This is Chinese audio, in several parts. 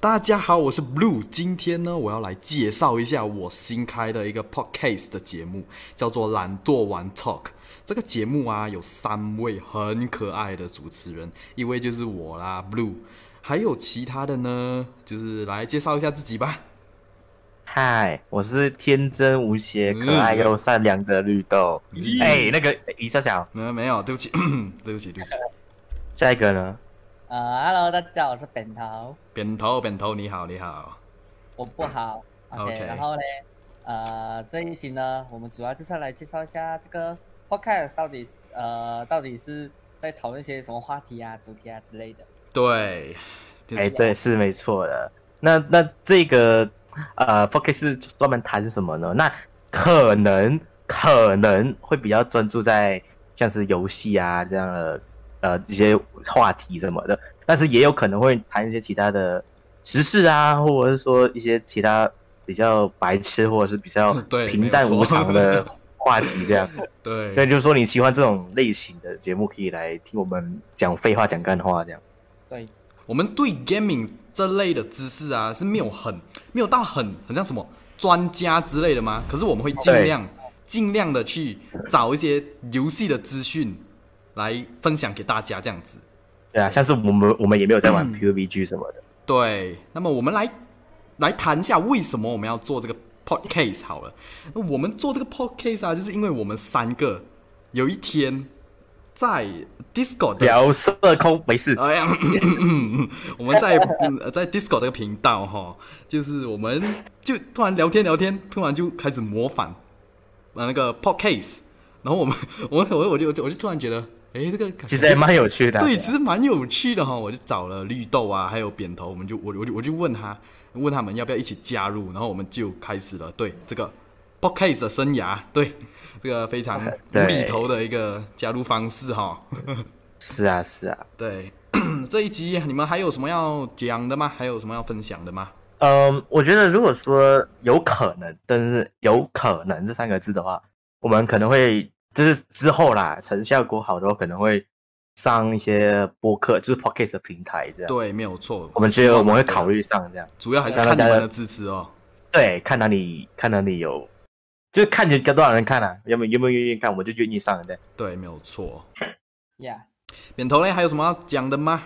大家好，我是 Blue。今天呢，我要来介绍一下我新开的一个 podcast 的节目，叫做《懒惰玩 Talk》。这个节目啊，有三位很可爱的主持人，一位就是我啦，Blue，还有其他的呢，就是来介绍一下自己吧。嗨，我是天真无邪、嗯可爱又善良的绿豆。咦哎、那个一下小，嗯，没有，对不起， 对不起，对不起。下一个呢？啊、h e l l o 大家好，我是扁桃，扁头，扁头，你好，你好。我不好。OK，, OK 然后呢，呃，这一集呢，我们主要就是要来介绍一下这个 podcast 到底呃到底是在讨论一些什么话题啊、主题啊之类的。对，就哎、是对，是没错的。那那这个呃 p o c k e t 是专门谈什么呢？那可能可能会比较专注在像是游戏啊这样的呃一些话题什么的，但是也有可能会谈一些其他的时事啊，或者是说一些其他比较白痴或者是比较嗯对没平有淡错无常 的话题这样。对对，就是说你喜欢这种类型的节目，可以来听我们讲废话、讲干话这样。对，我们对 gaming 这类的知识啊是没有很没有到很很像什么专家之类的吗？可是我们会尽量尽量的去找一些游戏的资讯来分享给大家这样子。对嗯啊，像是我们我们也没有在玩 PUBG 什么的。对，那么我们来来谈一下为什么我们要做这个 podcast 好了。那我们做这个 podcast 啊，就是因为我们三个有一天在 Discord 的聊色空没事， 哎呀，我们在嗯呃在 Discord 这个频道哈，就是我们就突然聊天聊天，突然就开始模仿呃那个 podcast，然后我们我我我就我就我就突然觉得，哎，这个感其实也蛮有趣的啊。对，其实蛮有趣的哈。我就找了绿豆啊，还有扁头，我们就我我就我就问他，问他们要不要一起加入，然后我们就开始了对这个 podcast 的生涯，对这个非常无对厘头的一个加入方式哈。是啊是啊。对， 这一集你们还有什么要讲的吗？还有什么要分享的吗？嗯，我觉得如果说有可能，但是有可能这三个字的话，我们可能会就是之后啦，成效果好的话，可能会上一些播客，就是 podcast 的平台这样。对，没有错，我们觉得我们会考虑上这样。主要还是看你们的支持哦。对，看哪里看哪里有，就看有多少人看啊，有没有有没有愿意看，我们就愿意上这样。对，没有错。呀、扁头嘞，还有什么要讲的吗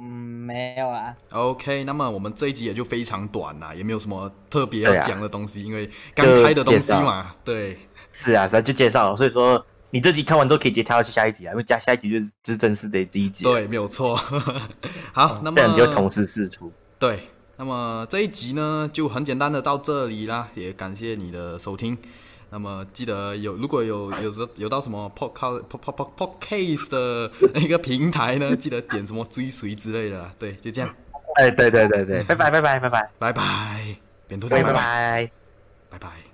嗯，没有啊啦。 ？OK，那么我们这一集也就非常短啦，也没有什么特别对要啊讲的东西，因为刚开的东西嘛。对，是啊，是啊，就介绍了，所以说你这集看完之后可以直接跳到下一集啊，因为加下一集就是就是正式的第一集，，对，没有错。 好，那这样你就同么时试出。对，那么这一集呢就很简单的到这里啦，也感谢你的收听。那么记得有，如果有有时候有到什么 podcast pod pod pod podcast 的那个平台呢，记得点什么追随之类的啦。对，就这样，嗯哎，对对对对，拜拜拜拜拜拜拜拜，扁头再拜拜拜，拜拜。拜。